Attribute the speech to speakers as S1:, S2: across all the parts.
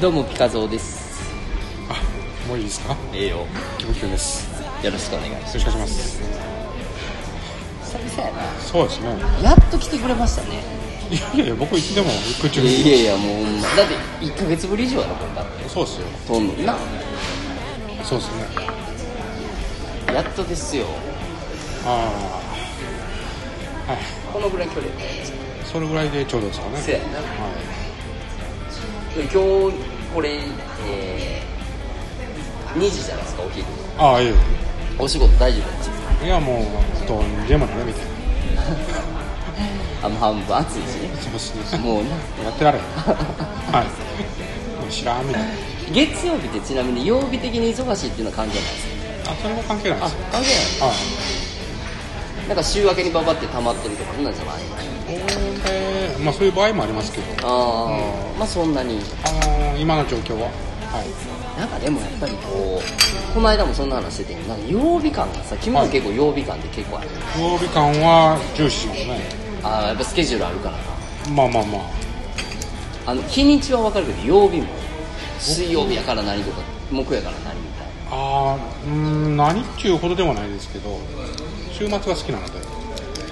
S1: どうもピカゾーです
S2: もういいですか
S1: ええよ
S2: キムキュンですよ
S1: よろしくお願いしま
S2: ろしくお願いします
S1: す久々や
S2: そうですね
S1: なやっと来てくれましたね
S2: いやいやいや僕いつでも行く中
S1: いやいやもうほんまだって1ヶ月ぶり以上やろこれだって
S2: そうですよ
S1: とんどな
S2: そうですね
S1: やっとですよ
S2: ああはい
S1: このぐらい距離
S2: それぐらいでちょうどですかね
S1: せやな
S2: は
S1: で今日これえー、2時じゃないですかお昼
S2: いああいえい
S1: お仕事大丈夫なんですか
S2: えいやもうどんでもないみたいな
S1: あもう半分暑いしね
S2: そうですね
S1: もうな
S2: やってられへんはいもう知らんみたいな
S1: 月曜日ってちなみに曜日的に忙しいっていうのは関係ないですか
S2: あそれも関係ないですよ
S1: 関係
S2: はい
S1: ないなんか週明けにババって溜まってるとかそんなんじゃない
S2: これまあそういう場合もありますけど
S1: ああ、まあそんなに
S2: あのー今の状況ははい
S1: なんかでもやっぱりこうこの間もそんな話しててなんか曜日感がさ君も結構曜日感って結構ある、
S2: 曜日感は重視しますね
S1: ああやっぱスケジュールあるからな
S2: まあまあまあ
S1: あの日にちは分かるけど曜日も水曜日やから何とか木曜やから何みたい
S2: あーうーん何っちゅうほどでもないですけど週末が好きなので
S1: な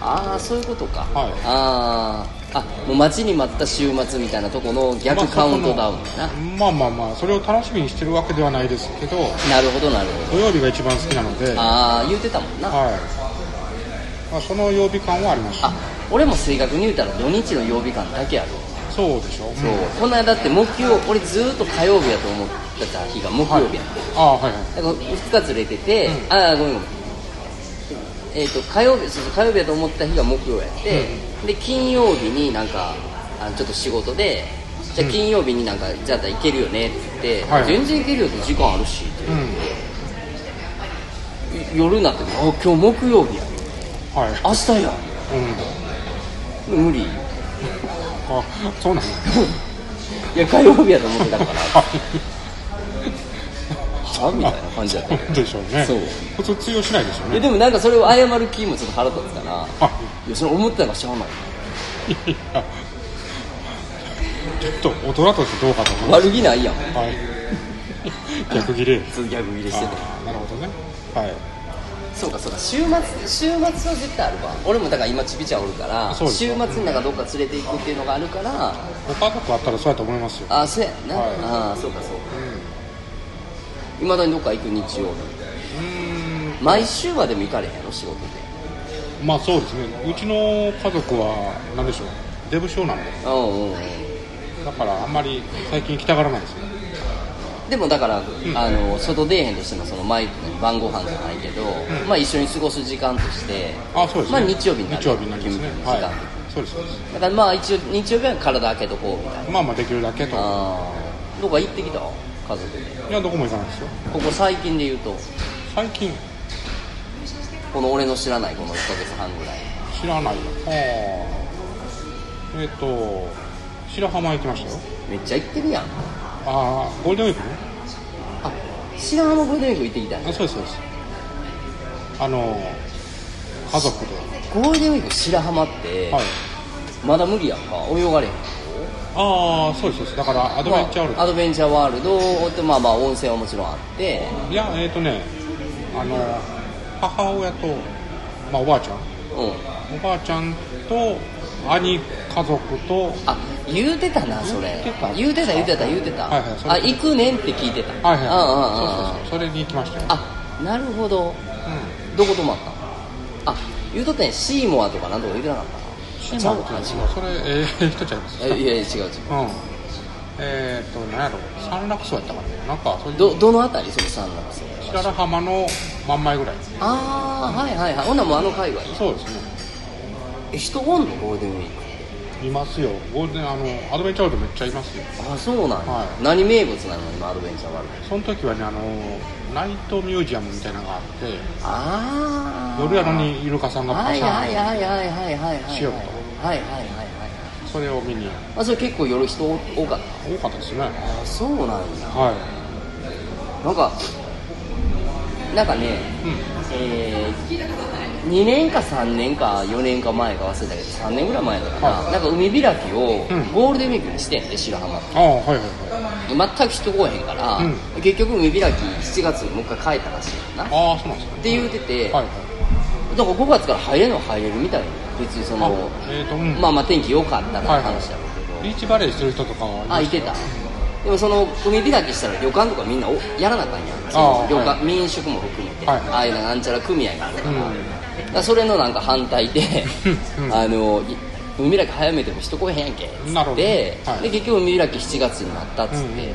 S1: ああそういうことか、
S2: はい
S1: あああもう待ちに待った週末みたいなとこの逆カウントダウンやな、
S2: まあまあまあそれを楽しみにしてるわけではないですけど
S1: なるほどなるほど
S2: 土曜日が一番好きなのではい、
S1: ああ言うてたもんな
S2: まあ、その曜日感はあります
S1: あ俺も正確に言うたら土日の曜日感だけやろ
S2: そうでし
S1: そ
S2: ょ
S1: う
S2: うん
S1: この間だって木曜俺ずーっと火曜日やと思ってた日が木曜日やった、
S2: ああはいはい
S1: だから2日ずれてて、ああごめんごめんえっ、と火曜日そうそう火曜日やと思った日が木曜やって、で金曜日になんかあのちょっと仕事でじゃあ金曜日になんか、じゃあ行けるよねって言って、
S2: はい
S1: 全然行けるよって時間あるしって
S2: うん
S1: 夜になってあ今日木曜日や
S2: はい
S1: 明日や
S2: うん
S1: 無理い
S2: あそうなんだ
S1: や火曜日やと思って たから
S2: あ
S1: はみたいな感じだったけど
S2: でしょうね
S1: そう
S2: 普通通用しないですよ
S1: いや
S2: ね
S1: でもなんかそれを謝る気もちょっと腹立つかな
S2: あ
S1: いやそれ思ってたからしゃあない
S2: いやちょっと大人としてどうかと思う
S1: 悪気ないやん
S2: はい逆切 れ
S1: 通ギャグ入れ
S2: ああなるほどねはい
S1: そうかそうか週末週末は絶対あるわ俺もだから今ちびちゃんおるから
S2: そ
S1: 週
S2: うです
S1: 末になんかどっか連れていくっていうのがあるから
S2: ご家族あったらそうやと思いますよ
S1: ああそうやんな、
S2: はい
S1: ああそうかそうかいまだにどっか行く日曜
S2: うー
S1: 日毎週はでも行かれへんやろ仕事で
S2: んまあそうですねうちの家族は何でしょうデブ症なんで
S1: うんうんうん
S2: だからあんまり最近行きたがらないですね
S1: でもだから、あの外出えへんとしてもその毎晩ご飯じゃないけど、まあ一緒に過ごす時間として
S2: あそうです
S1: ま
S2: ね
S1: あ日曜日になる
S2: 日曜日になりますね
S1: 勤務の時間
S2: はいそうですそうです
S1: だからまあ一応日曜日は体開けとこうみたいな
S2: まあまあできるだけとい
S1: あーどこか行ってきた家族で
S2: やどこも行かないですよ
S1: ここ最近で言うと
S2: 最近
S1: この俺の知らないこの1ヶ月半ぐらい
S2: 知らないよああえっ、と白浜行きましたよ
S1: めっちゃ行ってるやん
S2: ああゴールデンウィークね
S1: あ白浜ゴールデンウィーク行ってきたん
S2: あ
S1: や
S2: そうですそうですあの家族で
S1: ゴールデンウィーク白浜って、
S2: はい
S1: まだ無理やんか泳がれへん
S2: ああそうですそうですだからアドベンチャーワールド
S1: まあアドベンチャーワールドとまあまあ温泉はもちろんあって
S2: いやえっ、ー、とねあの母親と、まあ、おばあちゃん
S1: うん
S2: おばあちゃんと兄家族と
S1: あ言うてたなそれ
S2: 言うてた
S1: 言うてた言うてた言うてた、
S2: はいはいそれ
S1: あ行くねんって聞いてた
S2: はいはい
S1: ああ
S2: そうそうそうそれに行きましたよ、
S1: あなるほど
S2: う
S1: どこ泊まったのあ言うとったんやシーモアとかなんとか言うてなかった
S2: ん、
S1: な
S2: シー
S1: ちゃ
S2: マ
S1: う
S2: って
S1: か
S2: いう
S1: 違
S2: のそれえー、人ちゃいます
S1: うえいやいや違う違う
S2: うんえっ、ー、と何やろ三楽荘やったかななんかそういう
S1: どどの辺りそのサンラス
S2: 白良浜の真ん前ぐらい
S1: ああはいはいはいほんならもうあの海外
S2: そうですね
S1: え人おんのゴールデンウィー
S2: いますよゴールデンあのアドベンチャーワールドめっちゃいますよ
S1: クあそうなんや、
S2: はい
S1: 何名物なの今アドベンチャーワールド
S2: その時はねあのナイトミュージアムみたいなのがあって
S1: ああ
S2: 夜やのにイルカさんがパ
S1: は
S2: シ
S1: い
S2: ャ
S1: は
S2: ン
S1: いはいはいはいはいはいはい
S2: しようと
S1: はいはいはいはい
S2: それを見に
S1: あそれ結構夜人多かっ
S2: 多かったですね
S1: たあそうなんや
S2: は
S1: なんかなんかね、
S2: うん
S1: えー、2年か3年か4年か前か忘れたけど3年ぐらい前だからな,、
S2: はい
S1: なんか海開きを
S2: うん
S1: ゴールデンウィークにしてんで白浜って
S2: ああはいはいはい
S1: 全く人来おへんから、
S2: うん
S1: 結局海開き7月にもう一回帰ったらしいよなっ
S2: ああそうなんですね
S1: て言うてて、
S2: はいはい
S1: だから5月から入れるのは入れるみたいな別にそ
S2: あ
S1: の
S2: えーとうん
S1: まあまあ天気良かったから
S2: はいはい
S1: 話だろうけど、
S2: ビーチバレーしてる人とかは
S1: あ行ってたでもその海開きしたら旅館とかみんなおやらなあかんやんその旅館、
S2: は
S1: 民宿も含めて、
S2: はい
S1: ああいうなんちゃら組合があるから,、
S2: うん
S1: それのなんか反対で
S2: うん
S1: あのい海開き早めても人来へんやんけっつ
S2: なる
S1: っ
S2: ほど
S1: て、
S2: はい
S1: で結局海開き7月になったっつって、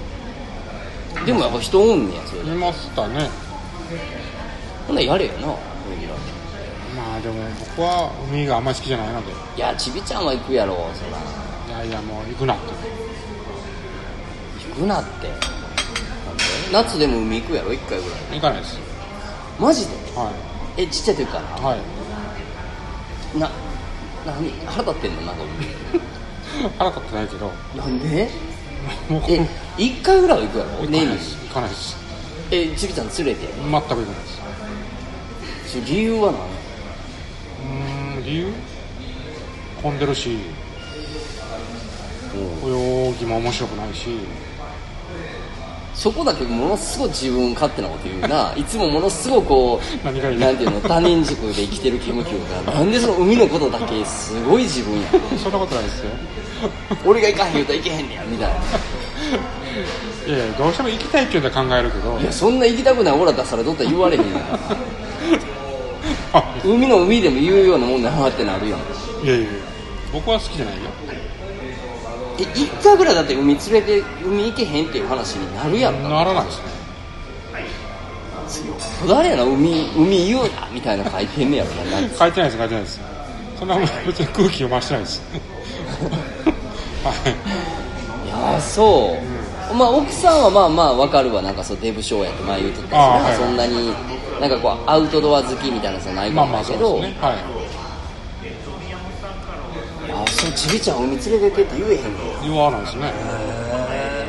S2: うん
S1: でもやっぱ人おんねやそれ
S2: いましたね
S1: ほんならやれよな海開
S2: まあでも僕は海があんまり好きじゃないので
S1: きいやちびちゃんは行くやろそら
S2: いやいやもう行くなって
S1: 行くなってなんで夏でも海行くやろ1回ぐらい
S2: 行かないです
S1: マジで
S2: は
S1: えちっちゃい時から
S2: いはい
S1: な何腹立ってんのなんか
S2: 腹立ってないけど も
S1: 俺なんで
S2: う
S1: え一回ぐらいは行くやろ
S2: 行かな
S1: 年
S2: い
S1: に
S2: です行かないです
S1: えちびちゃん連れて
S2: 全く行かないです
S1: それ理由は何
S2: うーん理由混んでるし泳ぎも面白くないし
S1: そこだけものすごい自分勝手なこと言うないつもものすごくこう
S2: 何がいい
S1: なんていうの他人軸で生きてるキムキムがなんでその海のことだけすごい自分や
S2: そんなことないですよ
S1: 俺が行かへん言うたら行けへんねやみたいない
S2: やいやどうしても行きたいっていうのは考えるけど
S1: いやそんな行きたくないオラ出されとったら言われへんやん
S2: あ
S1: 海の海でも言うようなもんだなってなるやん
S2: いやいやいや僕は好きじゃないよ
S1: え一回ぐらいだって海連れて海行けへんっていう話になるやんか
S2: ならないですね
S1: 誰やな海海言うなみたいな書いてんねやろななんか
S2: 書いてないです書いてないですそんなもん別に空気を回してないですはい
S1: やそう、まあ奥さんはまあまあわかるわなんかそうデブ症やって前言うとったし
S2: あー
S1: なんか
S2: はい
S1: そんなになんかこうアウトドア好きみたいなさないい
S2: ま
S1: かも
S2: あまあ
S1: だ
S2: そ
S1: け
S2: う
S1: ど、
S2: ですねはい
S1: あそうちびちゃん海連れてって言えへんの
S2: 言わないですね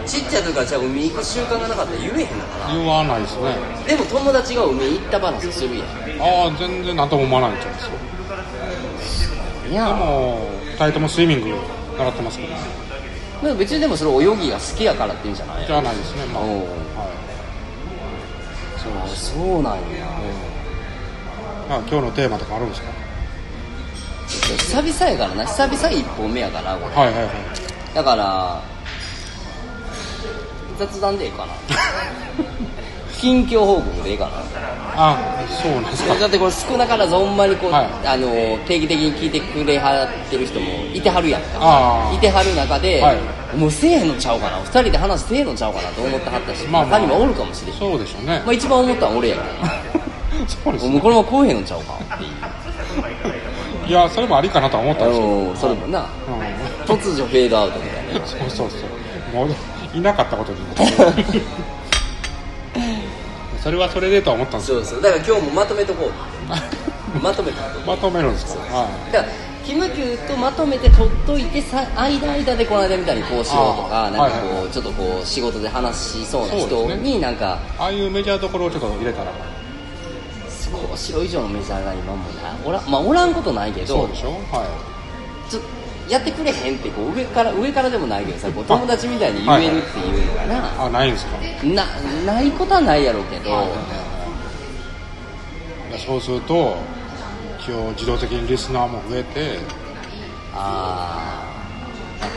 S1: ちっちゃい時からじゃあ海行く習慣がなかったら言えへんのか
S2: 言わないですね
S1: なでも友達が海行った話するやん
S2: ああ全然何とも思わないんちゃうんですよ
S1: いや
S2: でも2人ともスイミング習ってますけど
S1: でも別にでもそれ泳ぎが好きやからっていうんじゃない
S2: じゃないですねまあ
S1: おう
S2: はいそう
S1: あ
S2: です
S1: そうなんや
S2: まあ今日のテーマとかあるんですか
S1: 久々やからな久々1本目やからこれ
S2: はいはいはい
S1: だから雑談でいい かな近況報告でいいかな
S2: あそうなんですか
S1: だってこれ少なからずほんまにこう、
S2: はい
S1: あの定期的に聞いてくれはってる人もいてはるやんか
S2: あ
S1: いてはる中で、
S2: はい
S1: もうせえへんのちゃうかな二人で話せえへんのちゃうかなと思ってはったし、
S2: まあまあ
S1: 他にもおるかもしれ
S2: あ
S1: ん、
S2: そうでしょうね
S1: まあ、一番思ったのは俺やか
S2: そうです
S1: ら
S2: ね
S1: もうこのまま来えへんのちゃうかっていう
S2: いやそれもありかなとは思ったんですよ
S1: うんそれもな突如フェードアウトみたいな
S2: うんそうそうそうもういなかったことにそれはそれでとは思ったんですよ
S1: そうそうだから今日もまとめとこう まとめた
S2: まとめるんですかは
S1: だからキムキューとまとめて取っといてさ間間でこの間みたいにこうしようとか
S2: あー
S1: なんかこう、
S2: はいはい
S1: ちょっとこう仕事で話しそうな
S2: そう
S1: 人
S2: です
S1: に
S2: ね
S1: なんか
S2: いああいうメジャーどころをちょっと入れたら
S1: こうしろ以上のメジャーが今もなおら,、まあ、おらんことないけ
S2: そ
S1: ど
S2: うでしょは
S1: ちょやってくれへんってこう上から上からでもないけどさこう友達みたいに言えるっていうのがな、
S2: いあないんですか
S1: なないことはないやろうけど、
S2: いやそうすると今日自動的にリスナーも増えて
S1: あ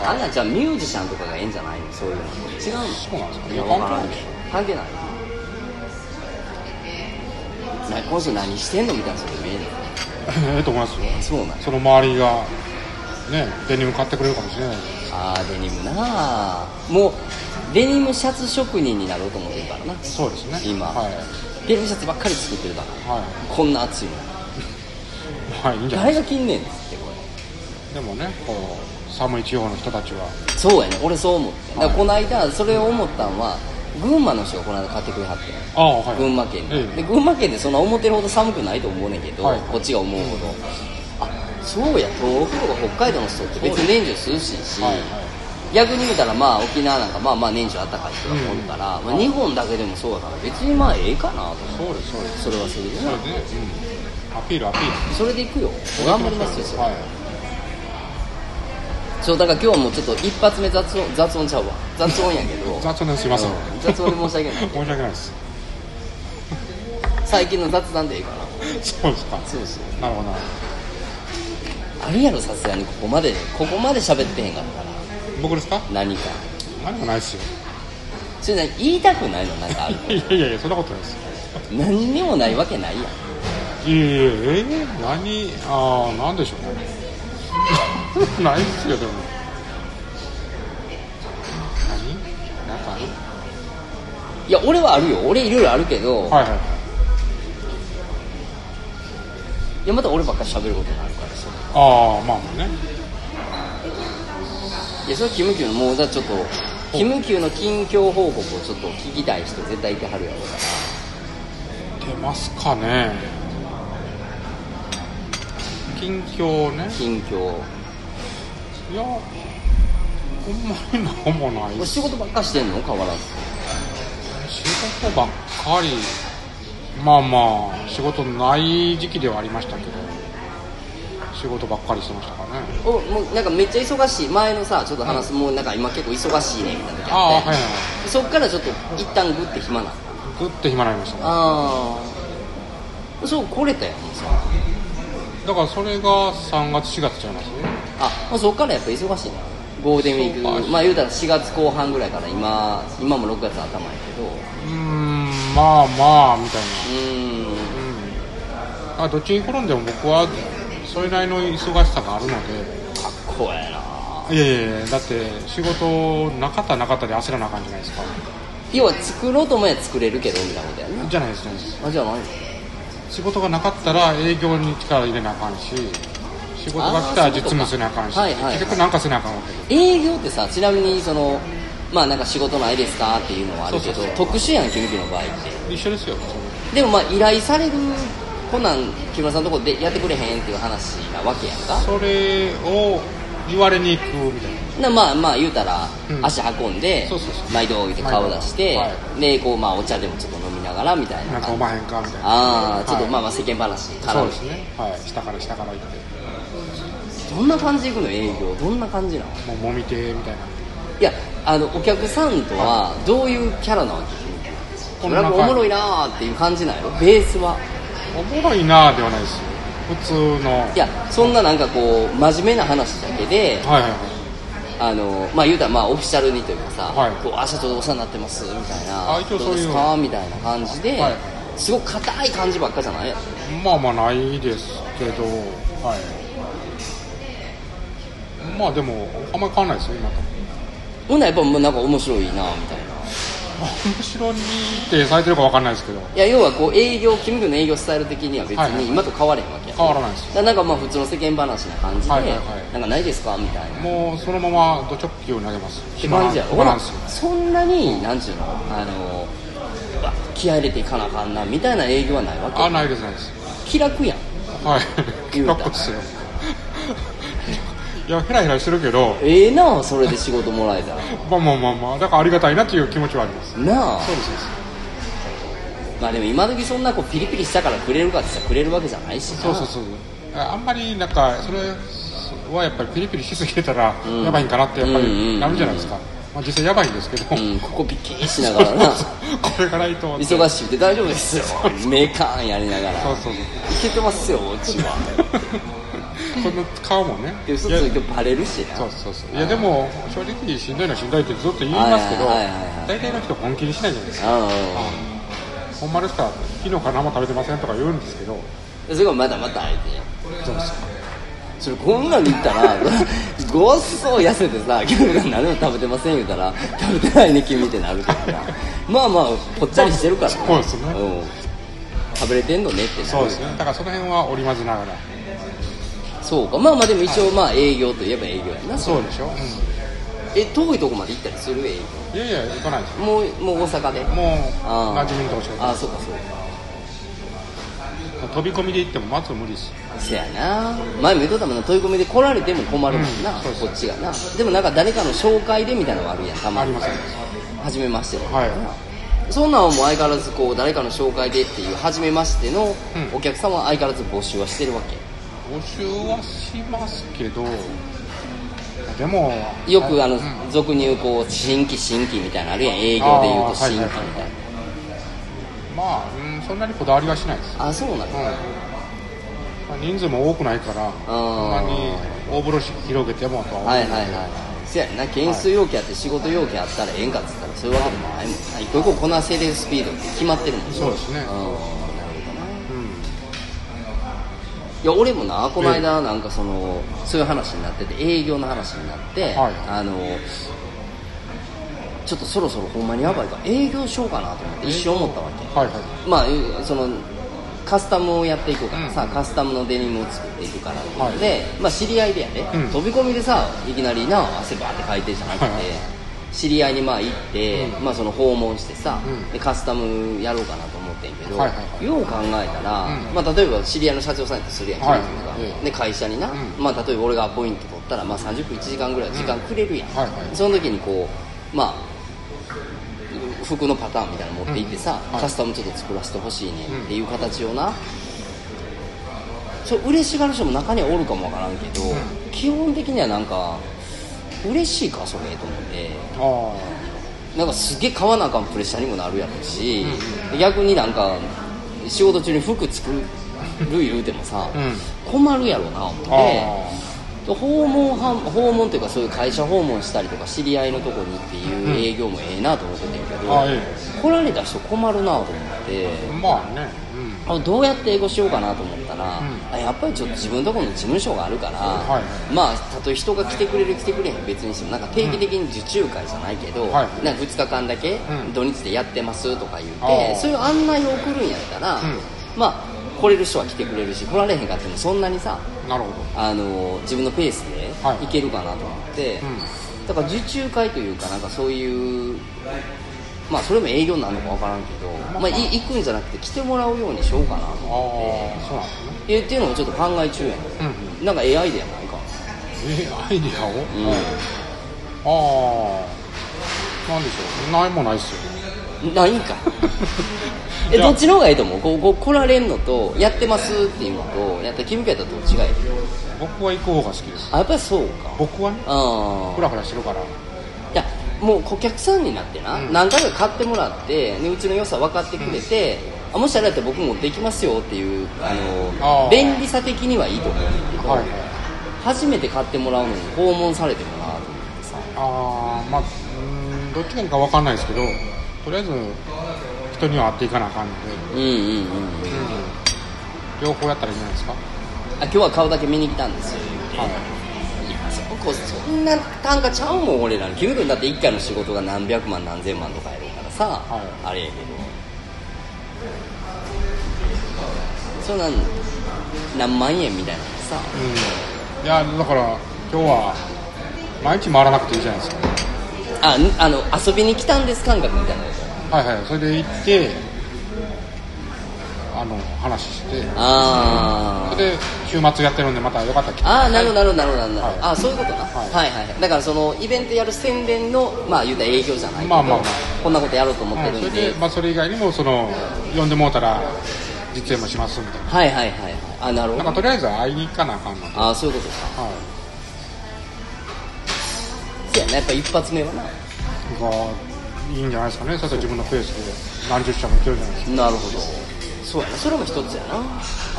S1: あアンナちゃんミュージシャンとかがええんじゃないのそういうの違うの
S2: そうなんですか
S1: い
S2: い
S1: や
S2: や
S1: わ
S2: 関
S1: から
S2: 係
S1: な
S2: ないいでしょ
S1: 関係ないな今週何してんのみたいな人見える
S2: ええと思いますよ
S1: そうなんや
S2: その周りがねデニム買ってくれるかもしれない
S1: ああデニムなあもうデニムシャツ職人になろうと思ってるからな
S2: そうですね
S1: 今、
S2: はい
S1: デニムシャツばっかり作ってるから
S2: は
S1: こんな暑いの
S2: いはいいいんじゃない
S1: 誰
S2: で
S1: が着んねんっつってこれ
S2: すかでもねこう寒い地方の人たちは
S1: そうやね俺そう思ってだから
S2: はい
S1: この間それを思ったんは群馬の人がこの間買ってくれはって
S2: ああはい
S1: 群馬県で,、
S2: ええ
S1: で群馬県でそんな思ってるほど寒くないと思うねんけど、
S2: はい
S1: こっちが思うほど、あそうや東北とか北海道の人って別に年中涼しいし、
S2: はいは
S1: 逆に言うたらまあ沖縄なんかまあまあ年中暖かい人がおるから、まあ、日本だけでもそうだから別にまあええかなと
S2: そうですそうです
S1: それはそれで
S2: それ
S1: な
S2: で、うん、アピールアピー
S1: それで行くよ
S2: ル
S1: 頑張りますよそれ、
S2: はい
S1: そうだから今日はもうちょっと一発目雑音雑音ちゃうわ雑音やけど
S2: 雑談すいません
S1: うん雑音で申し訳ない
S2: 申し訳ないです
S1: 最近の雑談でいいかな
S2: そうですか
S1: そうそう
S2: なるほどな
S1: あるやろさすがにここまでここまで喋ってへんかったら
S2: 僕ですか
S1: 何か
S2: 何もないですよ
S1: それ何言いたくないのなん かある
S2: いやいやいやそんなことないです
S1: 何にもないわけないやん
S2: いやいやえー、何ああなんでしょうね ないっすよでも何なんかある
S1: いや俺はあるよ俺いろいろあるけど、
S2: はいはい
S1: いやまた俺ばっかり喋ることになるからそれ
S2: ああまあまあね
S1: いやそれはキムキューのもうだからちょっとキムキューの近況報告をちょっと聞きたい人絶対いてはるやろうから
S2: 出ますかね近況ね
S1: 近況
S2: いやほんまに何もな
S1: 俺
S2: いっす
S1: 仕事ばっかしてんの変わらず
S2: 仕事ばっかりまあまあ仕事ない時期ではありましたけど仕事ばっかりしてましたからね
S1: おもうなんかめっちゃ忙しい前のさちょっと話す、もうなんか今結構忙しいねみたいな時
S2: ああ
S1: あ
S2: は
S1: っ
S2: い
S1: て
S2: はい
S1: そっからちょっと一旦グって暇なの
S2: ぐって暇になりましたね
S1: ああそう来れたよもうさ
S2: だからそれが3月4月ちゃいます
S1: あもうそっからやっぱ忙しいなゴールデンウィ
S2: そう
S1: ー
S2: か
S1: クまあ言うたら4月後半ぐらいから今今も6月頭やけど
S2: うーんまあまあみたいう
S1: ーん
S2: なうんあどっちに転んでも僕はそれなりの忙しさがあるの
S1: かっこええな
S2: でいやいやいやだって仕事なかったらなかったで焦らなあかんじゃないですか
S1: 要は作ろうと思えば作れるけどみたいなことやんな
S2: じゃないですじゃないです
S1: あじゃあ何
S2: 仕事がなかったら営業に力入れなあかんし仕事が来たら実務せなあかんし
S1: あーそういうことかはいはいはい
S2: 結局なんかせなあかんわけで
S1: 営業ってさちなみにそのまあなんか仕事ないですかっていうのはあるけど
S2: そうそうそう
S1: 特殊やんキムキの場合って
S2: 一緒ですよそれ
S1: でもまあ依頼されるこんなん木村さんのとこでやってくれへんっていう話なわけやんか
S2: それを言われに行くみたい
S1: な
S2: な
S1: まあまあ言うたら、
S2: うん
S1: 足運んで
S2: そうそうそう
S1: 毎度置いて顔出して、
S2: は
S1: でこうまあお茶でもちょっと飲みながらみたいな
S2: なんかおまへんかみたいな
S1: ああちょっと
S2: はい
S1: まあまあ世間話絡
S2: そう
S1: む
S2: ですねはい下から下から行って
S1: どんな感じで行くの営業どんな感じなの
S2: もう揉みてみたいない
S1: やあのお客さんとはどういうキャラなわけ
S2: こ
S1: なん
S2: の
S1: か
S2: 中
S1: おもろいなーっていう感じなんやろベースは
S2: おもろいなーではないですよ普通のはい
S1: いやそんななんかこう真面目な話だけで
S2: はいはい
S1: あのまあ言うたらまあオフィシャルにというかさ
S2: はい
S1: こうあ社長でお世話になってます」みたいな
S2: あ一応そう
S1: どう
S2: いう
S1: ですか?」みたいな感じで、
S2: はい
S1: すごく硬い感じばっかじゃないやろ
S2: まあまあないですけどはいまあでもあんまり変わらないですよ今と
S1: ほんならやっぱもうなんか面白いなみたいな
S2: 後ろにってされてるかわかんないですけど
S1: いや要はこう営業キム君の営業スタイル的には別
S2: はいはい
S1: に今と変われへんわけやろ
S2: 変わらないです
S1: だからなんかまあ普通の世間話な感じで、
S2: はいはいはい
S1: なんかないですかみたいな
S2: もうそのままド直球を投げます
S1: って感じやろ
S2: 暇なんですよ
S1: そんなになんちゅうのあのうわ気合い入れていかなあかんなみたいな営業はないわけ
S2: あないですないです
S1: 気楽やん
S2: はい
S1: 言うた
S2: 結構ですよいやヘラヘラしてるけど
S1: ええなあそれで仕事もらえたら
S2: まあまあまあまあだからありがたいなっていう気持ちはあります
S1: なあ
S2: そうですそうです
S1: まあでも今時そんなこうピリピリしたからくれるかってさくれるわけじゃないしな
S2: そうそうそうああんまりなんかそれはやっぱりピリピリしすぎてたら
S1: ん
S2: やばいんかなってやっぱ
S1: うんうんうん
S2: りなるじゃないですか、まあ、実際やばいんですけど、
S1: うんここビキーしなが らな
S2: これがないとそう
S1: 忙しいって大丈夫ですよメーカーンやりながら
S2: そうそう
S1: いけてますようちは
S2: そんな顔もね
S1: で嘘つ
S2: いや
S1: いてバレるしな
S2: そうそうそういやでも正直しんどいのはしんどいってずっと言いますけど
S1: はいはいはいはい
S2: 大体の人本気にしないじゃないですか
S1: あ
S2: ほんまですか昨日から何も食べてませんとか言うんですけど
S1: あそれがまだまだ相手
S2: どうですか
S1: それこんなん言ったら ごっそ痩せてさ「君が何も食べてません」言うたら「食べてないね君」ってなるからなまあまあぽっちゃりしてるからね
S2: そうですね
S1: ん食べれてんのねってなる
S2: そうですねだからその辺は織り交ぜながら
S1: そうかまあまあでも一応まあ営業といえば営業やな
S2: そうでしょ、う
S1: え遠いとこまで行ったりする営業
S2: ん、いやいや行かないです
S1: もうもう大阪で
S2: もう
S1: ああ
S2: 馴染みのとこ仕事
S1: ああそうかそうか
S2: 飛び込みで行っても松は無理です
S1: せやな前も言うとったもんな飛び込みで来られても困るもんな、
S2: うんそうそ
S1: こ
S2: う
S1: っちがなでもなんか誰かの紹介でみたいなのがあるやんたま
S2: あ
S1: に
S2: りません
S1: 初めましての
S2: は
S1: そんなんも相変わらずこう誰かの紹介でっていう初めましての
S2: ん
S1: お客様は相変わらず募集はしてるわけ、
S2: 募集はしますけどでも
S1: よくあの、
S2: うん
S1: 俗に言うこう新規新規みたいなのあるやん営業で言う
S2: あ
S1: と
S2: ーは
S1: 新規
S2: い
S1: み
S2: はい
S1: たいなあ,、
S2: はいまあ、うん、そんなにこだわりはしないです、うん
S1: そうなんだ、
S2: まあ、人数も多くないからそんなに大風呂敷広げてもとは思う
S1: はいはいはいせやな件数要件あって仕事要件あったらええんかっつったらそういうわけでもないもんな一個一個こなせるスピードって決まってるもん
S2: そうですね
S1: うんなるほどな
S2: うん
S1: いや俺もなこの間なんかそのそういう話になってて営業の話になって、
S2: はい
S1: あのちょっとそろそろほんまにやばいから営業しようかなと思って一瞬思ったわけ
S2: はいはい
S1: まあいうそのカスタムをやっていこうから
S2: うん
S1: さ、カスタムのデニムを作っていくからっていうので、まあ、知り合いでやで、
S2: ん
S1: 飛び込みでさいきなりな汗バーってかいてるじゃなくて、
S2: はいはい
S1: 知り合いにまあ行って、まあ、その訪問してさ、
S2: うん
S1: でカスタムやろうかなと思ってんけど、
S2: はいはいはい
S1: よう考えたら、
S2: うん
S1: まあ、例えば知り合いの社長さんやってするやん、
S2: はい
S1: 君とか
S2: ええ
S1: で会社にな、
S2: うん
S1: まあ、例えば俺がアポイント取ったら、まあ、30分1時間ぐらい時間くれるやん、
S2: はいはい
S1: その時にこうまあ服のパターンみたいなの持っていってさ、
S2: うんはい
S1: カスタムちょっと作らせてほしいねっていう形をな、そう嬉しがる人も中にはおるかもわからんけど、
S2: ん
S1: 基本的にはなんか嬉しいかそれと思って
S2: あ
S1: なんかすげえ買わなあかんプレッシャーにもなるやろし、逆になんか仕事中に服作る言うてもさ、
S2: う
S1: 困るやろな思
S2: ああ
S1: って。
S2: あ
S1: 訪問は訪問というかそういう会社訪問したりとか知り合いのとこにっていう営業もええなと思っててんけど、
S2: ああえ
S1: 来られた人困るなと思って
S2: まあねうん
S1: あどうやって英語しようかなと思ったら、
S2: ん
S1: あやっぱりちょっと自分のところの事務所があるから、
S2: はい
S1: まあたとえ人が来てくれる来てくれへん別にしてもなんか定期的に受注会じゃないけど、
S2: はい
S1: なんか2日間だけ
S2: うん
S1: 土日でやってますとか言
S2: あ
S1: って、
S2: ー
S1: そういう案内を送るんやったら、
S2: ん
S1: まあ来れる人は来てくれるし来られへんかってもそんなにさ
S2: なるほど
S1: あの自分のペースで
S2: はい
S1: いけるかなと思って、だから受注会というかなんかそういうまあそれも営業になるのかわからんけど、まあ、い行くんじゃなくて来てもらうようにしようかなと
S2: あ
S1: 思
S2: あそうなんですね
S1: って、えっていうのをちょっと考え中やね、
S2: うん
S1: ん、なんかええアイデアないか
S2: えアイディアを、
S1: ん
S2: ああなんでしょうないもないですよ
S1: ないん かえ
S2: いや
S1: どっちの方がいいと思うこうこう来られんのとやってますっていうのとやったら君かやったらどっちがいい
S2: 僕は行く方が好きです
S1: あやっぱりそうか
S2: 僕はね
S1: ああ
S2: フラフラしてるから
S1: いやもう顧客さんになってな、
S2: うん
S1: 何回か買ってもらってでうちの良さ分かってくれて、あもしあれだったら僕もできますよっていうあの
S2: あー
S1: 便利さ的にはいいと思うんだけど、
S2: はい
S1: 初めて買ってもらうのに訪問されてもなと思ってさ
S2: ああまあうーんどっちがいいか分かんないですけどとりあえず人には会っていかなあかんので、
S1: うんうんうん
S2: 両方やったらいいんじゃないですか
S1: あ今日は顔だけ見に来たんですよ
S2: はい
S1: やそこそんな単価ちゃうもん俺ら給料だって1回の仕事が何百万何千万とかやるからさ、
S2: はい
S1: あれやけどそんなん何万円みたいなのさ
S2: い、うん、いやだから今日は毎日回らなくていいじゃないですか
S1: あぬあの遊びに来たんです感覚みたいなこと
S2: はいはいそれで行ってあの話して
S1: あ
S2: そ
S1: ー
S2: れで週末やってるんでまたよかったら来て
S1: あーなるほどなるほどなるほどなるほど、
S2: はい
S1: あーそういうことな、は、
S2: はいい
S1: はいはいだからそのイベントやる宣伝のまあ言うたら営業じゃないけど、
S2: まあまあまあ
S1: こんなことやろうと思って
S2: うん
S1: るん
S2: それ
S1: で、
S2: で、まあ、それ以外にもその呼んでもうたら実演もしますみたい
S1: はいはいはいはいあなるほど
S2: ななんかとりあえず会いに行かなあかんので、
S1: ああそういうことか
S2: は、
S1: そうやなやっぱ一発目はない
S2: がいいんじゃないですかねそうすると自分のペースで何十社もいけるじゃないです
S1: なるほどそうやなそれも一つやな
S2: か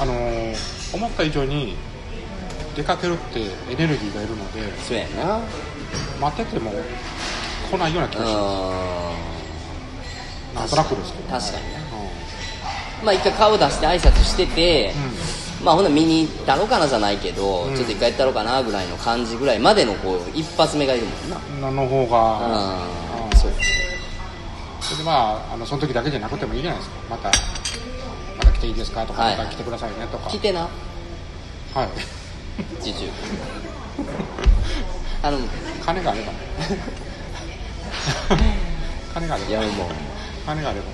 S2: あのー思った以上に出かけるってエネルギーがいるので
S1: そうやな
S2: 待ってても来ないような気がしま
S1: うん
S2: すなんとなくですけど、
S1: 確かにな
S2: うん
S1: まあ一回顔出して挨拶してて、まあほんなら見に行ったろかなじゃないけど、
S2: うん
S1: ちょっと一回行ったろかなぐらいの感じぐらいまでのこう一発目がいるもんな
S2: のの方が、
S1: あ
S2: う
S1: あ
S2: ん
S1: そう
S2: それでまああのその時だけじゃなくてもいいじゃないですかまたまた来ていいですかとか、
S1: はい
S2: また来てくださいねとか
S1: 来てな
S2: はい
S1: 受 注頼む
S2: 金があれ ば金があれ
S1: い
S2: ば
S1: やもう
S2: 金があれば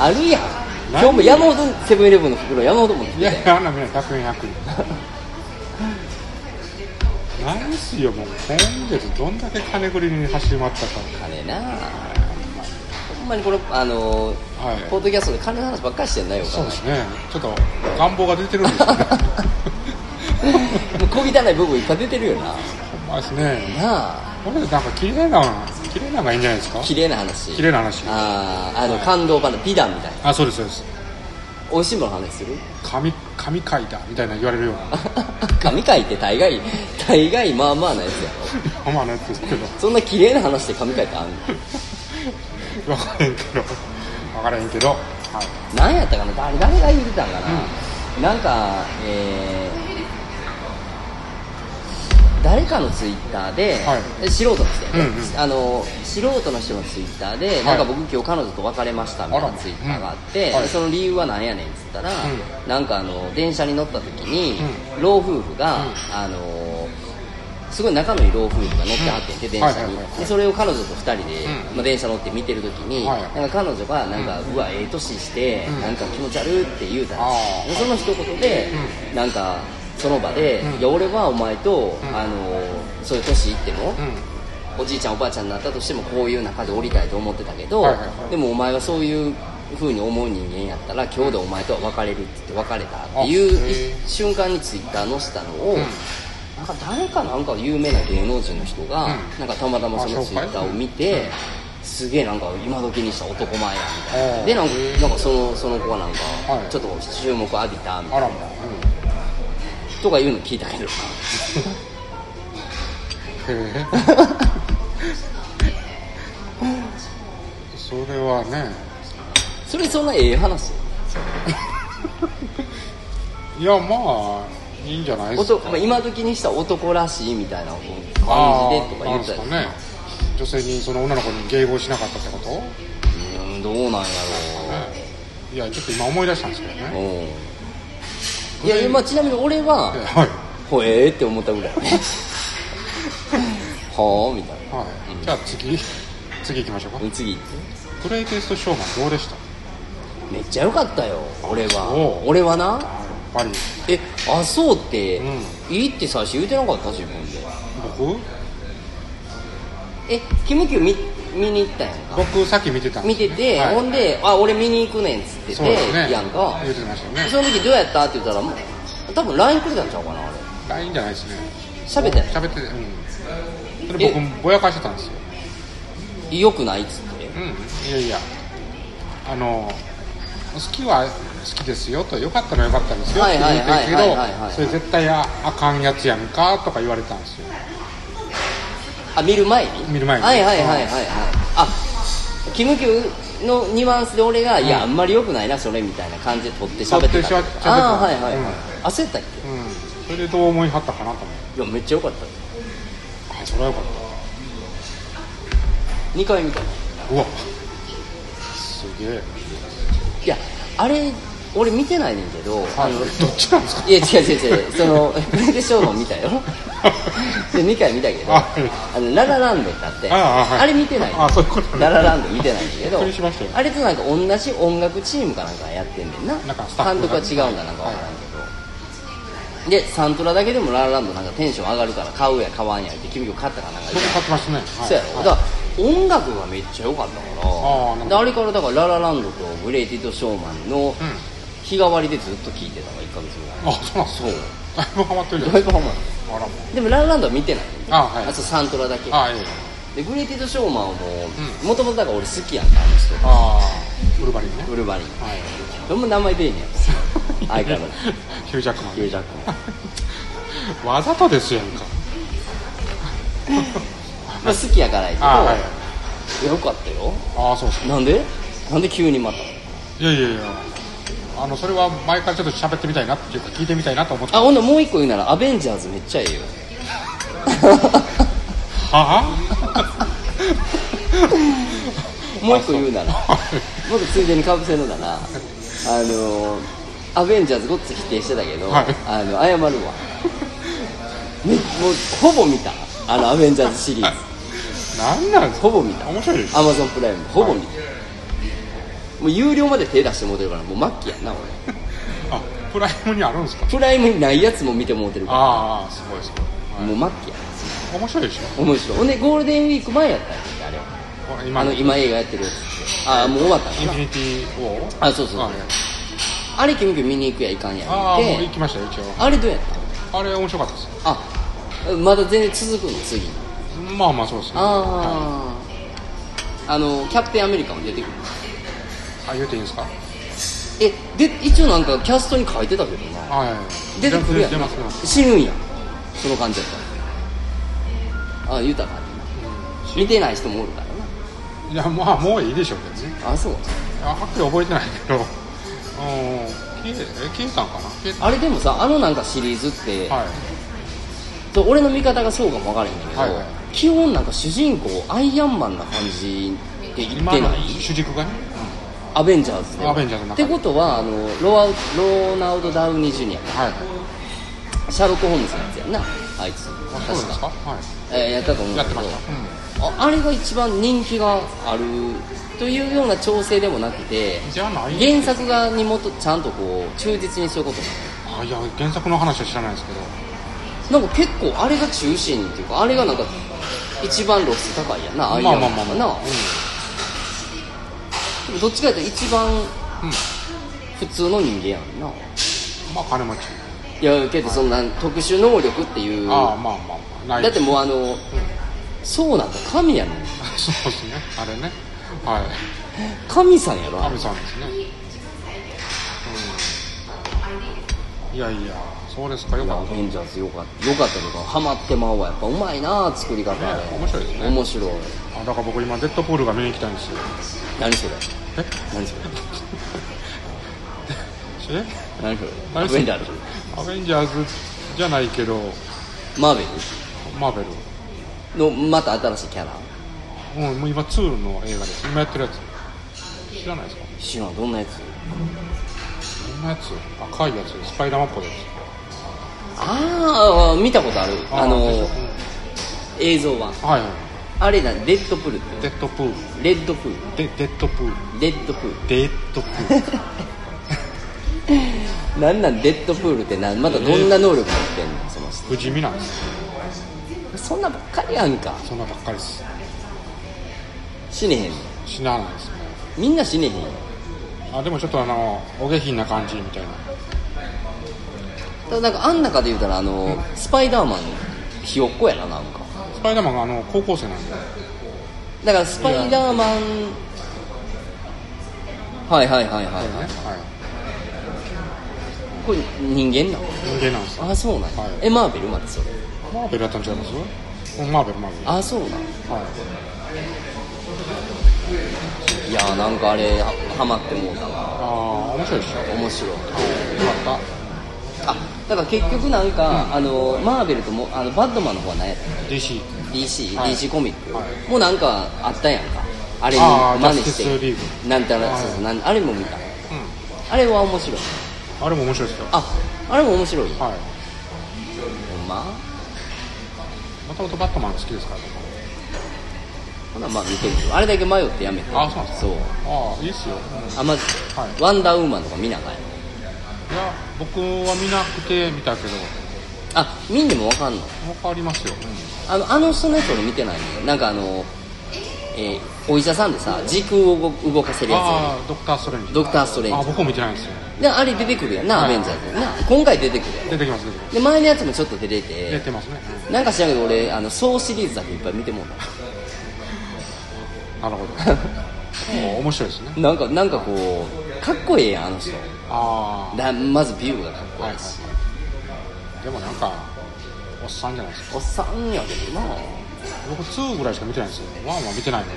S1: あるやん今
S2: 何
S1: 日も山ほどセブンイレブンの袋山ほど持ってき
S2: い
S1: て
S2: やいやあんなみんな100円100円ないっすよもう今月どんだけ金繰りに走り回ったか
S1: 金なあほんまにこれあのー
S2: はい
S1: ポッドキャストで金の話ばっかりしてんなよ
S2: そうですねちょっと願望が出てるんですよね
S1: もう小汚い部分いっぱい出てるよなな
S2: ほんまですね
S1: あ
S2: これでなんか綺麗な綺麗なのがいいんじゃないですか
S1: 綺麗な話
S2: 綺麗な話
S1: あああの感動版の美談みたいな
S2: あそうですそうです
S1: 美味しいもの話する
S2: 神神回だみたいな言われるような
S1: 神回って大概大概まあまあなやつやろ
S2: まあまあなんですけど
S1: そんな綺麗な話で神回ってあんの
S2: 分からへんけど分からへんけどはい
S1: 何やったかな誰誰が言ってたんかな、なんかえー誰かのツイッターで、
S2: はい
S1: え素人の人やね、
S2: うんうん
S1: あの素人の人のツイッターで、
S2: い
S1: なんか僕今日彼女と別れましたみたい
S2: あ
S1: な
S2: ら
S1: ツイッターがあって、
S2: うんはい
S1: その理由は何やねんっつったら、
S2: う
S1: なんかあの電車に乗った時に、老夫婦が、
S2: うん
S1: あのすごい仲のいい老夫婦が乗ってはってんて、電車
S2: はい
S1: に、
S2: はいはいはい
S1: でそれを彼女と2人で、
S2: うん
S1: まあ、電車乗って見てる時に、
S2: はい
S1: なんか彼女がなんか、うわええ年して、
S2: うん
S1: なんか気持ち悪いって言うたら
S2: あー
S1: でその一言で、なんかその場で、
S2: うん
S1: いや俺はお前と、
S2: うん
S1: あのそういう年いっても、
S2: う
S1: おじいちゃんおばあちゃんになったとしてもこういう中で降りたいと思ってたけど、
S2: はいはいはい
S1: でもお前はそういう風に思う人間やったら今日でお前とは別れるって言って別れたって
S2: あ
S1: い
S2: へ
S1: う
S2: ー
S1: 瞬間にツイッター載せたのを、
S2: うん
S1: なんか誰かなんか有名な芸能人の人が、
S2: うん
S1: なんかたまたまその
S2: あ
S1: ツ
S2: 紹
S1: イ
S2: 介
S1: ッターを見て、すげえなんか今時にした男前やみたい
S2: あ
S1: な
S2: ー
S1: でなんか
S2: へー
S1: なんかそのその子がなんか
S2: はい
S1: ちょっと注目浴びたみ
S2: ん
S1: たいな
S2: あらま
S1: とかいうの聞いたけど
S2: うんへえそれはね
S1: それそんなええ話
S2: いやまあいいんじゃないです
S1: 男
S2: か
S1: まあ今時にした男らしいみたいな感じでと
S2: あー
S1: か言ってたり
S2: なんですかね女性にその女の子に迎合しなかったってこ
S1: うんどうなんや
S2: といやちょっと今思い出したんですけど
S1: ろう
S2: ね
S1: うんいやいやまあちなみに俺は
S2: はい
S1: ほえーって思ったぐらい はあみたい
S2: はいじゃあ次次行きましょうか
S1: なうん次行っ
S2: グレイテストショーマンどうでした
S1: てめっちゃ良かったよ俺は
S2: そう
S1: 俺はな
S2: やっぱり
S1: えあそうって、
S2: うん
S1: いいって最初言うてなかった自分で
S2: 僕
S1: えキムキュー見見に行ったやんか
S2: 僕さっき見てたんで
S1: 見
S2: すよ
S1: てて、
S2: はい
S1: ほんで「あ俺見に行くねん」っつってて、
S2: そうですね
S1: やんか
S2: 言ってましたよね
S1: その時どうやったって言ったらもう多分 LINE くれたんちゃうかなあれ
S2: LINE じゃないですね
S1: 喋ってな
S2: 喋っててうんそれ僕ぼやかしてたんですよ
S1: い良くないっつって
S2: うんいやいやあの好きは好きですよと良かったら良かったですよって言うてるけ
S1: はいはいはいはいはいはい
S2: どそれ絶対ああかんやつやんかとか言われたんですよ
S1: あ見る前に
S2: 見る前に
S1: はいはいはいはいはいあキムキューのニュアンスで俺が、いやあんまり良くないなそれみたいな感じで撮って喋ってた
S2: 撮ってしゃ喋ってた
S1: ああはいはいはい、
S2: うん
S1: 焦ったっけ
S2: うんそれでどう思いはったかなと思っ
S1: いやめっちゃ良かった
S2: てあそれは良かっ
S1: 2回見たの
S2: たうわすげえ
S1: いやあれ俺見てないねんけど、
S2: あ
S1: あの
S2: どっちなんですか
S1: いや違う違う違うその「プレゼショーマン」見た よで2回見たけど「
S2: あ
S1: あ
S2: は
S1: のララランド」だって
S2: ああはい
S1: れ見てない
S2: あそういうことね
S1: ララランド見てないんだけど
S2: びっくりしましたよ
S1: あれとなんか同じ音楽チームかなんかやってんねんな
S2: なんかスタッフ
S1: 監
S2: が
S1: 督は違うんかなんかわからんけど、でサントラだけでもララランドなんかテンション上がるから買うや買わんやって君今日買ったかなんか言っ
S2: 僕
S1: て
S2: 買ってますねはい
S1: そうやろ、だから音楽がめっちゃ良かったから
S2: あーなるほど
S1: であれからだからララランドとグレイティッドショーマンの
S2: うん
S1: 日替わりでずっと聴いてたの1ヶ月ぐらい
S2: あそうなんです
S1: そう
S2: だいぶハマってるじゃん
S1: だいぶハマる
S2: あらもう
S1: でもララランドは見てないのね
S2: あはい
S1: あとサントラだけ
S2: あえ
S1: で
S2: え
S1: グレイティッドショーマンはも
S2: う
S1: うもともとだから俺好きやんかあの人
S2: ああウルバリンね
S1: ウルヴァリン
S2: はい
S1: どんも名前出えねや 相変わらず
S2: ヒュージャックマン
S1: ヒュージャックマ
S2: わざとですやんか
S1: まあ好きやからやけど、
S2: あはい
S1: いやよかったよ
S2: ああそうですか
S1: なんでなんで急にまた
S2: いやいやいやあのそれは前からちょっと喋ってみたいなっていうか聞いてみたいなと思って
S1: あほんならもう一個言うならアベンジャーズめっちゃええよ
S2: は
S1: もう一個言うなら
S2: あ
S1: 僕ついでにかぶせるならあのアベンジャーズごっつ否定してたけど、
S2: はい
S1: あの謝るわめもうほぼ見たあのアベンジャーズシリーズ
S2: なんなんですか
S1: ほぼ見た
S2: 面白いです
S1: アマゾンプライムほぼ見た、もう有料まで手出してもうてるからもう末期やんな俺
S2: あプライムにあるんですか
S1: プライムにないやつも見てもうてるか
S2: ああすごいすごい、
S1: ら
S2: は
S1: もう末期や
S2: い、面白いでしょ
S1: 面白いほんでゴールデンウィーク前やったんやあれは
S2: これ
S1: あ
S2: 今
S1: の
S2: のイン
S1: 今映画やってるやつああもう終わった
S2: フ
S1: かな
S2: ィニティウォー
S1: あそうそうそう
S2: はい
S1: あれ君君見に行くやいかんや
S2: ああ
S1: 言う
S2: もう
S1: て
S2: 行きましたよ一応
S1: あれどうやっ
S2: あれ面白かったですよ
S1: たあまだ全然続くの次
S2: まあまあそうですねはい
S1: あああのキャプテンアメリカも出てくる
S2: あ言うていいんですか
S1: えで一応なんかキャストに書いてたけどな
S2: はい
S1: 出てくるやん
S2: 出
S1: な
S2: ます出ます
S1: 死ぬんやその感じやったらあ豊かに見てない人もおるから
S2: いやまあもういいでしょうけどね
S1: なあそう
S2: あはっきり覚えてないけどうん消ええ消えたんかな消えた
S1: あれでもさあのなんかシリーズって、
S2: はい
S1: と俺の見方がそうかも分からへんねんけど、
S2: はいはい
S1: 基本なんか主人公アイアンマンな感じで言っ
S2: 今
S1: てな
S2: の
S1: い
S2: 主軸がね
S1: アベンジャーズでは
S2: アベンジャーズの
S1: っ
S2: 中
S1: て
S2: で
S1: ことはあのロアウローナウド・ダウニー・ジュニア
S2: はい
S1: シャーロック・ホームズのやつやんなあいつ
S2: あそうなん
S1: 確
S2: で
S1: か
S2: すかは
S1: えーやったと思う
S2: い
S1: んだ
S2: やっ
S1: け
S2: て
S1: ど
S2: ましたうん
S1: ああれが一番人気があるというような調整でもなくて
S2: じゃない
S1: 原作がにもとちゃんとこう忠実にそういうこと
S2: あいや原作の話は知らないですけど
S1: なんか結構あれが中心っていうかあれがなんか一番露出高いやんなああいう
S2: まあ
S1: の
S2: まあまあまあ
S1: な
S2: うん
S1: でもどっちかやったら一番
S2: うん
S1: 普通の人間やんな
S2: まあ金持ち
S1: いやけどそんな特殊能力っていう
S2: あ
S1: だ
S2: あまあまあまあない
S1: ってもうあのそうなんだ神やねん
S2: そうですねあれねはい
S1: 神さんやろ
S2: 阿部さんですねうんいやいやそうですかよ
S1: いや
S2: か
S1: ア
S2: った
S1: ベンジャーズよかったよかったとかハマってまうわやっぱうまいな作り方あれ
S2: ね面白いですね
S1: 面白い
S2: あだから僕今デッドプールが見に行きたいんですよ
S1: 何それ
S2: え
S1: 何それ
S2: え
S1: 何それ
S2: 何
S1: ア
S2: それ
S1: ベンジャーズ
S2: アベンジャーズじゃないけど
S1: マーベ
S2: マーベル
S1: ルのまた新しいキャラ
S2: うんもう今2の映画です今やってるやつ知らないですか
S1: 知らんどんなやつ
S2: どんなやつ赤いやつスパイダーマンっぽいや
S1: ああ見たことある
S2: つ
S1: あの
S2: でしょ
S1: 映像は
S2: うんはいはい
S1: あれだレッドプールって
S2: デッドプール
S1: レッドプール
S2: デデッドプール
S1: レッドプール
S2: デッドプー ル
S1: なんなんデッドプールってなまたどんな能力持ってんのその人
S2: 不死身なんですよ
S1: そんなばっかりやんか
S2: そんなばっかりです
S1: 死ねへんの
S2: 死なないですね
S1: みんな死ねへんよ
S2: あでもちょっとあのお下品な感じみたいな
S1: ただなんかあん中で言うたらあのスパイダーマンひよっこやななんか
S2: スパイダーマンがあの高校生なんで
S1: だからスパイダーマンはいはいはいはい、
S2: ね
S1: はい、
S2: はい
S1: これ人間なの
S2: 人間なんですよ
S1: あそうなんや、
S2: はい
S1: えマーベルまでそれ
S2: マーベルやったんちゃいますうんマーベルマーベル
S1: あそうなん
S2: はい
S1: いやーなんかあれはハマってもうたな
S2: ああ面白いでしょよ
S1: 面白い
S2: かっ
S1: あだから結局なんか、あのマーベルともあのバッドマンの方は何やった
S2: た DC
S1: DC、
S2: はい
S1: DC コミック、
S2: はい
S1: もうなんかあったやんかあれに
S2: あー
S1: 真似
S2: ジャスティスリ
S1: し
S2: ー
S1: てなんたら、
S2: はい
S1: そうそうなんあれも見た
S2: う
S1: あれは面白い
S2: んあれも面白いですよ
S1: ああれも面白いやんほ
S2: はい
S1: んま
S2: もともとバットマン好きですからね
S1: ほなまあ見てみるあれだけ迷ってやめた
S2: あそうなんです
S1: そ
S2: か
S1: う
S2: ああいいっすよ、うん
S1: あまず、
S2: はい
S1: ワンダーウーマンとか見なあかんやん
S2: いや僕は見なくて見たけど
S1: あ見んでもわかんの
S2: わかりますよ、
S1: あのあの人のやつ俺見てないねなんかあの、えーお医者さんでさ時空を動動かせるやつやね
S2: ああドクター・ストレンジ
S1: ドクターストレンジ
S2: あ僕も見てないんですよ
S1: であれ出てくるやんな、
S2: はい
S1: アベンジャーズでな今回出てくるや
S2: 出てきます出てきます
S1: んで前のやつもちょっと出て
S2: 出
S1: て
S2: てますね、
S1: なんか知らんけど俺あのソーシリーズだけいっぱい見てもう
S2: うんなるほどもう面白いですね
S1: た なんかなんかこうかっこええやんあの人
S2: あ
S1: だまずビューがかっ
S2: あ
S1: こ
S2: はい
S1: え
S2: い
S1: えし、
S2: はいでもなんかおっさんじゃないですか
S1: おっさんやけどな
S2: 僕2ぐらいしか見てないんですよ1は見てないので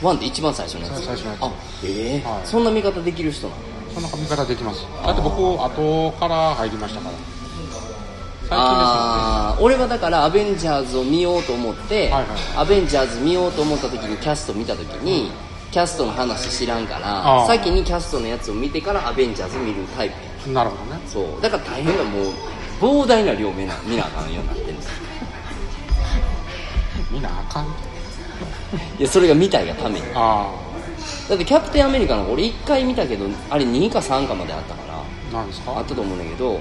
S1: ワンって一番最初のやつ
S2: 最初のやつ
S1: あええ
S2: はい
S1: そんな見方できる人なの
S2: そんな見方できますだって僕後から入りましたから最近
S1: ああ俺はだからアベンジャーズを見ようと思って、
S2: はいはい
S1: アベンジャーズ見ようと思った時にキャスト見た時に、キャストの話知らんか
S2: あ
S1: ら
S2: ー
S1: 先にキャストのやつを見てからアベンジャーズ見るタイプや
S2: ですねなるほどね
S1: そうだから大変だもう膨大な量見な見なあかんようになってるんです
S2: 見なあかん
S1: いやそれが見たいがために
S2: あ
S1: だってキャプテンアメリカの俺1回見たけどあれ2か3かまであったかな
S2: なんですか
S1: あったと思うんだけど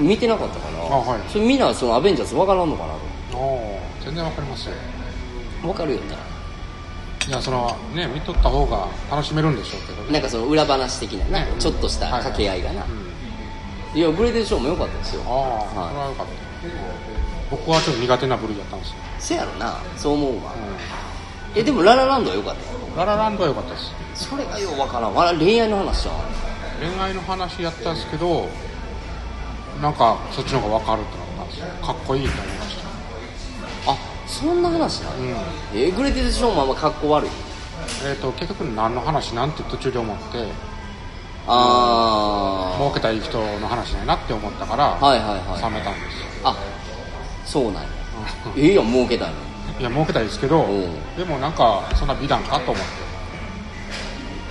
S1: 見てなかったかな
S2: あはい
S1: それみんなそのアベンジャーズ分からんのかなと
S2: ああ全然わかりますよ
S1: 分かるよね
S2: いやそのね見とった方が楽しめるんでしょうけど
S1: な
S2: ね
S1: んかその裏話的なね
S2: ね
S1: ちょっとした掛け合いがな、
S2: はいいう
S1: や
S2: ん
S1: ブレーデンショーも良かったですよ
S2: ああ、
S1: はい
S2: それはよかった僕はちょっと苦手な部類だったんですよ、
S1: せやろなそう思うわ、
S2: う
S1: えでもララランドは良かったよ
S2: ん、ララランドは良かったです
S1: それがよう分からんわら恋愛の話じゃん
S2: 恋愛の話やったんですけどなんかそっちの方が分かるってなったんですよかっこいいって思いました
S1: あそんな話なの、
S2: うん
S1: えグレーテスショーもあんま格好悪い
S2: えー、と結局何の話なんて途中で思って
S1: あ
S2: 儲けたいい人の話だなって思ったから、
S1: あはいはいはい
S2: 冷めたんですよ
S1: あそうなんやええやん儲けたの
S2: いや儲けたいですけど
S1: ん
S2: でもなんかそんな美談かと思って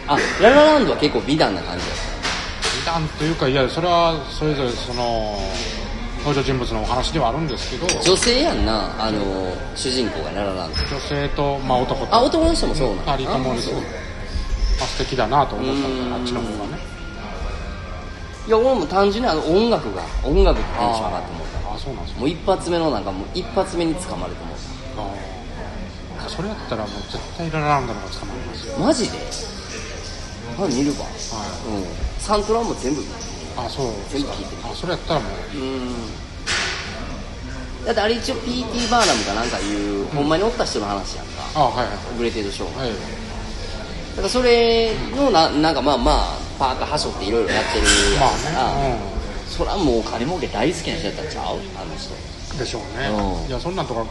S1: あララランドは結構美談な感じだっ
S2: 美談というかいやそれはそれぞれその登場人物のお話ではあるんですけど
S1: た女性やんなあの主人公がララランド
S2: 女性と、まあ、男と
S1: あ男の人もそうなんや
S2: 2人ともにすごい、まあ、素敵だなと思った
S1: う
S2: ん
S1: ん
S2: であっちの方がね
S1: いや俺も単純にあの音楽が音楽でテンション上がって思っ
S2: ああそうなんです
S1: たも
S2: か
S1: う一発目のなんかもう一発目に掴まれて思っ
S2: ああそれやったらもう絶対ララランドの方が捕まりますよ
S1: たマジであ見るわ
S2: は
S1: うんサントラも全部見る
S2: いあそうです
S1: 全
S2: か
S1: 部聞いてみ
S2: あそれやったらもう
S1: うんだってあれ一応 PT バーナムかなんかいう、ほんまにおった人の話やんか
S2: ああはい
S1: グレーテードショーが
S2: はいはい
S1: だからそれのななんかまあまあパーカーはしょっていろいろやってるやつやから、
S2: まあね
S1: そらもうお金儲け大好きな人やったんちゃうあの人
S2: でしょうね
S1: うん
S2: いやそんなんとか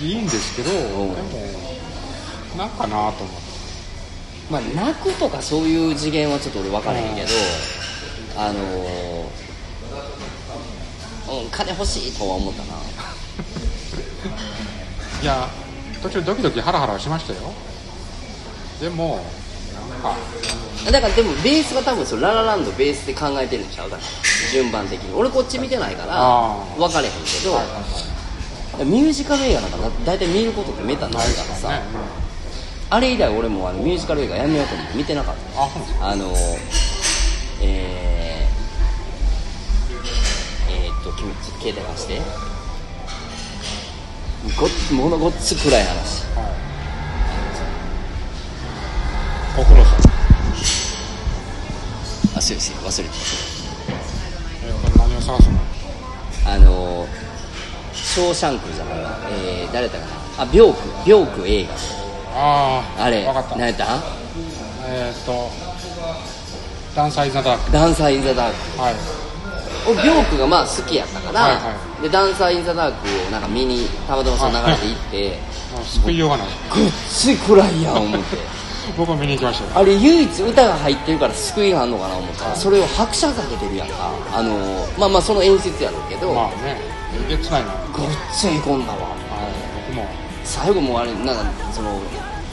S2: いいんですけどで
S1: ん
S2: もなんかなと思って
S1: まあ泣くとかそういう次元はちょっと俺分からへんけどあのーうん、金欲しいとは思ったない
S2: や途中ドキドキハラハラはしましたよでもなんか
S1: だからでもベースが多分そのララランドベースで考えてるんちゃうだから順番的に俺こっち見てない
S2: あ
S1: から
S2: ー
S1: 分かれへんけど、ミュージカル映画なんかだ大体見ることってめったに
S2: な
S1: ないい
S2: で
S1: から
S2: す
S1: さ、
S2: からねうん
S1: あれ以来俺もあのミュージカル映画やめようと思って見てなかっ
S2: あそうなんですか
S1: たあのえー、えー、っと君ちょっと携帯貸してごっものごっつ暗い話
S2: ご苦労さん
S1: あすいません忘れて
S2: えーと何を探すの
S1: たあのショーシャンクじゃないわ、えー、誰だかなあビョークビョーク映画
S2: ああ
S1: あれ
S2: 分かった
S1: 何やった
S2: えーっとダンサーイズナダー
S1: ダンサー・イン・ザ・ダーク
S2: クはい
S1: 俺ビョークがまあ好きやったから、
S2: はいは
S1: でダンサー・イン・ザ・ダークをなんか見にたまたまその流れで行って、
S2: もう救いようがない
S1: ごっつい暗いやん思って
S2: 僕は見に行きましたよ
S1: あれ唯一歌が入ってるから救いがあんのかな思ったらそれを拍車かけてるやんかあのーまあまあその演出やろうけど、
S2: まあねえげつないなはい
S1: ごっつい込んだわ
S2: 僕も
S1: 最後もうあれなんかその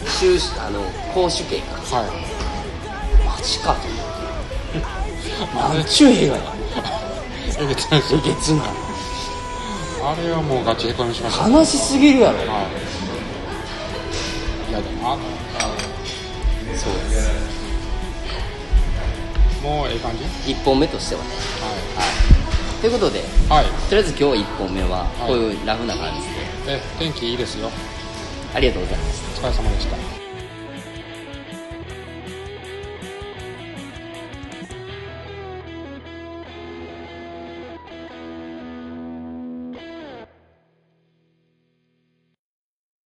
S1: 修士あの公主権か
S2: は
S1: マジかと思って
S2: い
S1: な
S2: あれ
S1: んちゅう映画やん
S2: えげつないです
S1: えげつない
S2: あれはもうガチへこみしましたはい
S1: 悲しすぎるやろ
S2: いやでもあ
S1: そうです
S2: もうええ感じ
S1: 1本目としてはねはいということで
S2: はいはい
S1: とりあえず今日1本目は
S2: はい
S1: こういうラフな感じで、
S2: え天気いいですよ
S1: ありがとうございました
S2: お疲れ様でした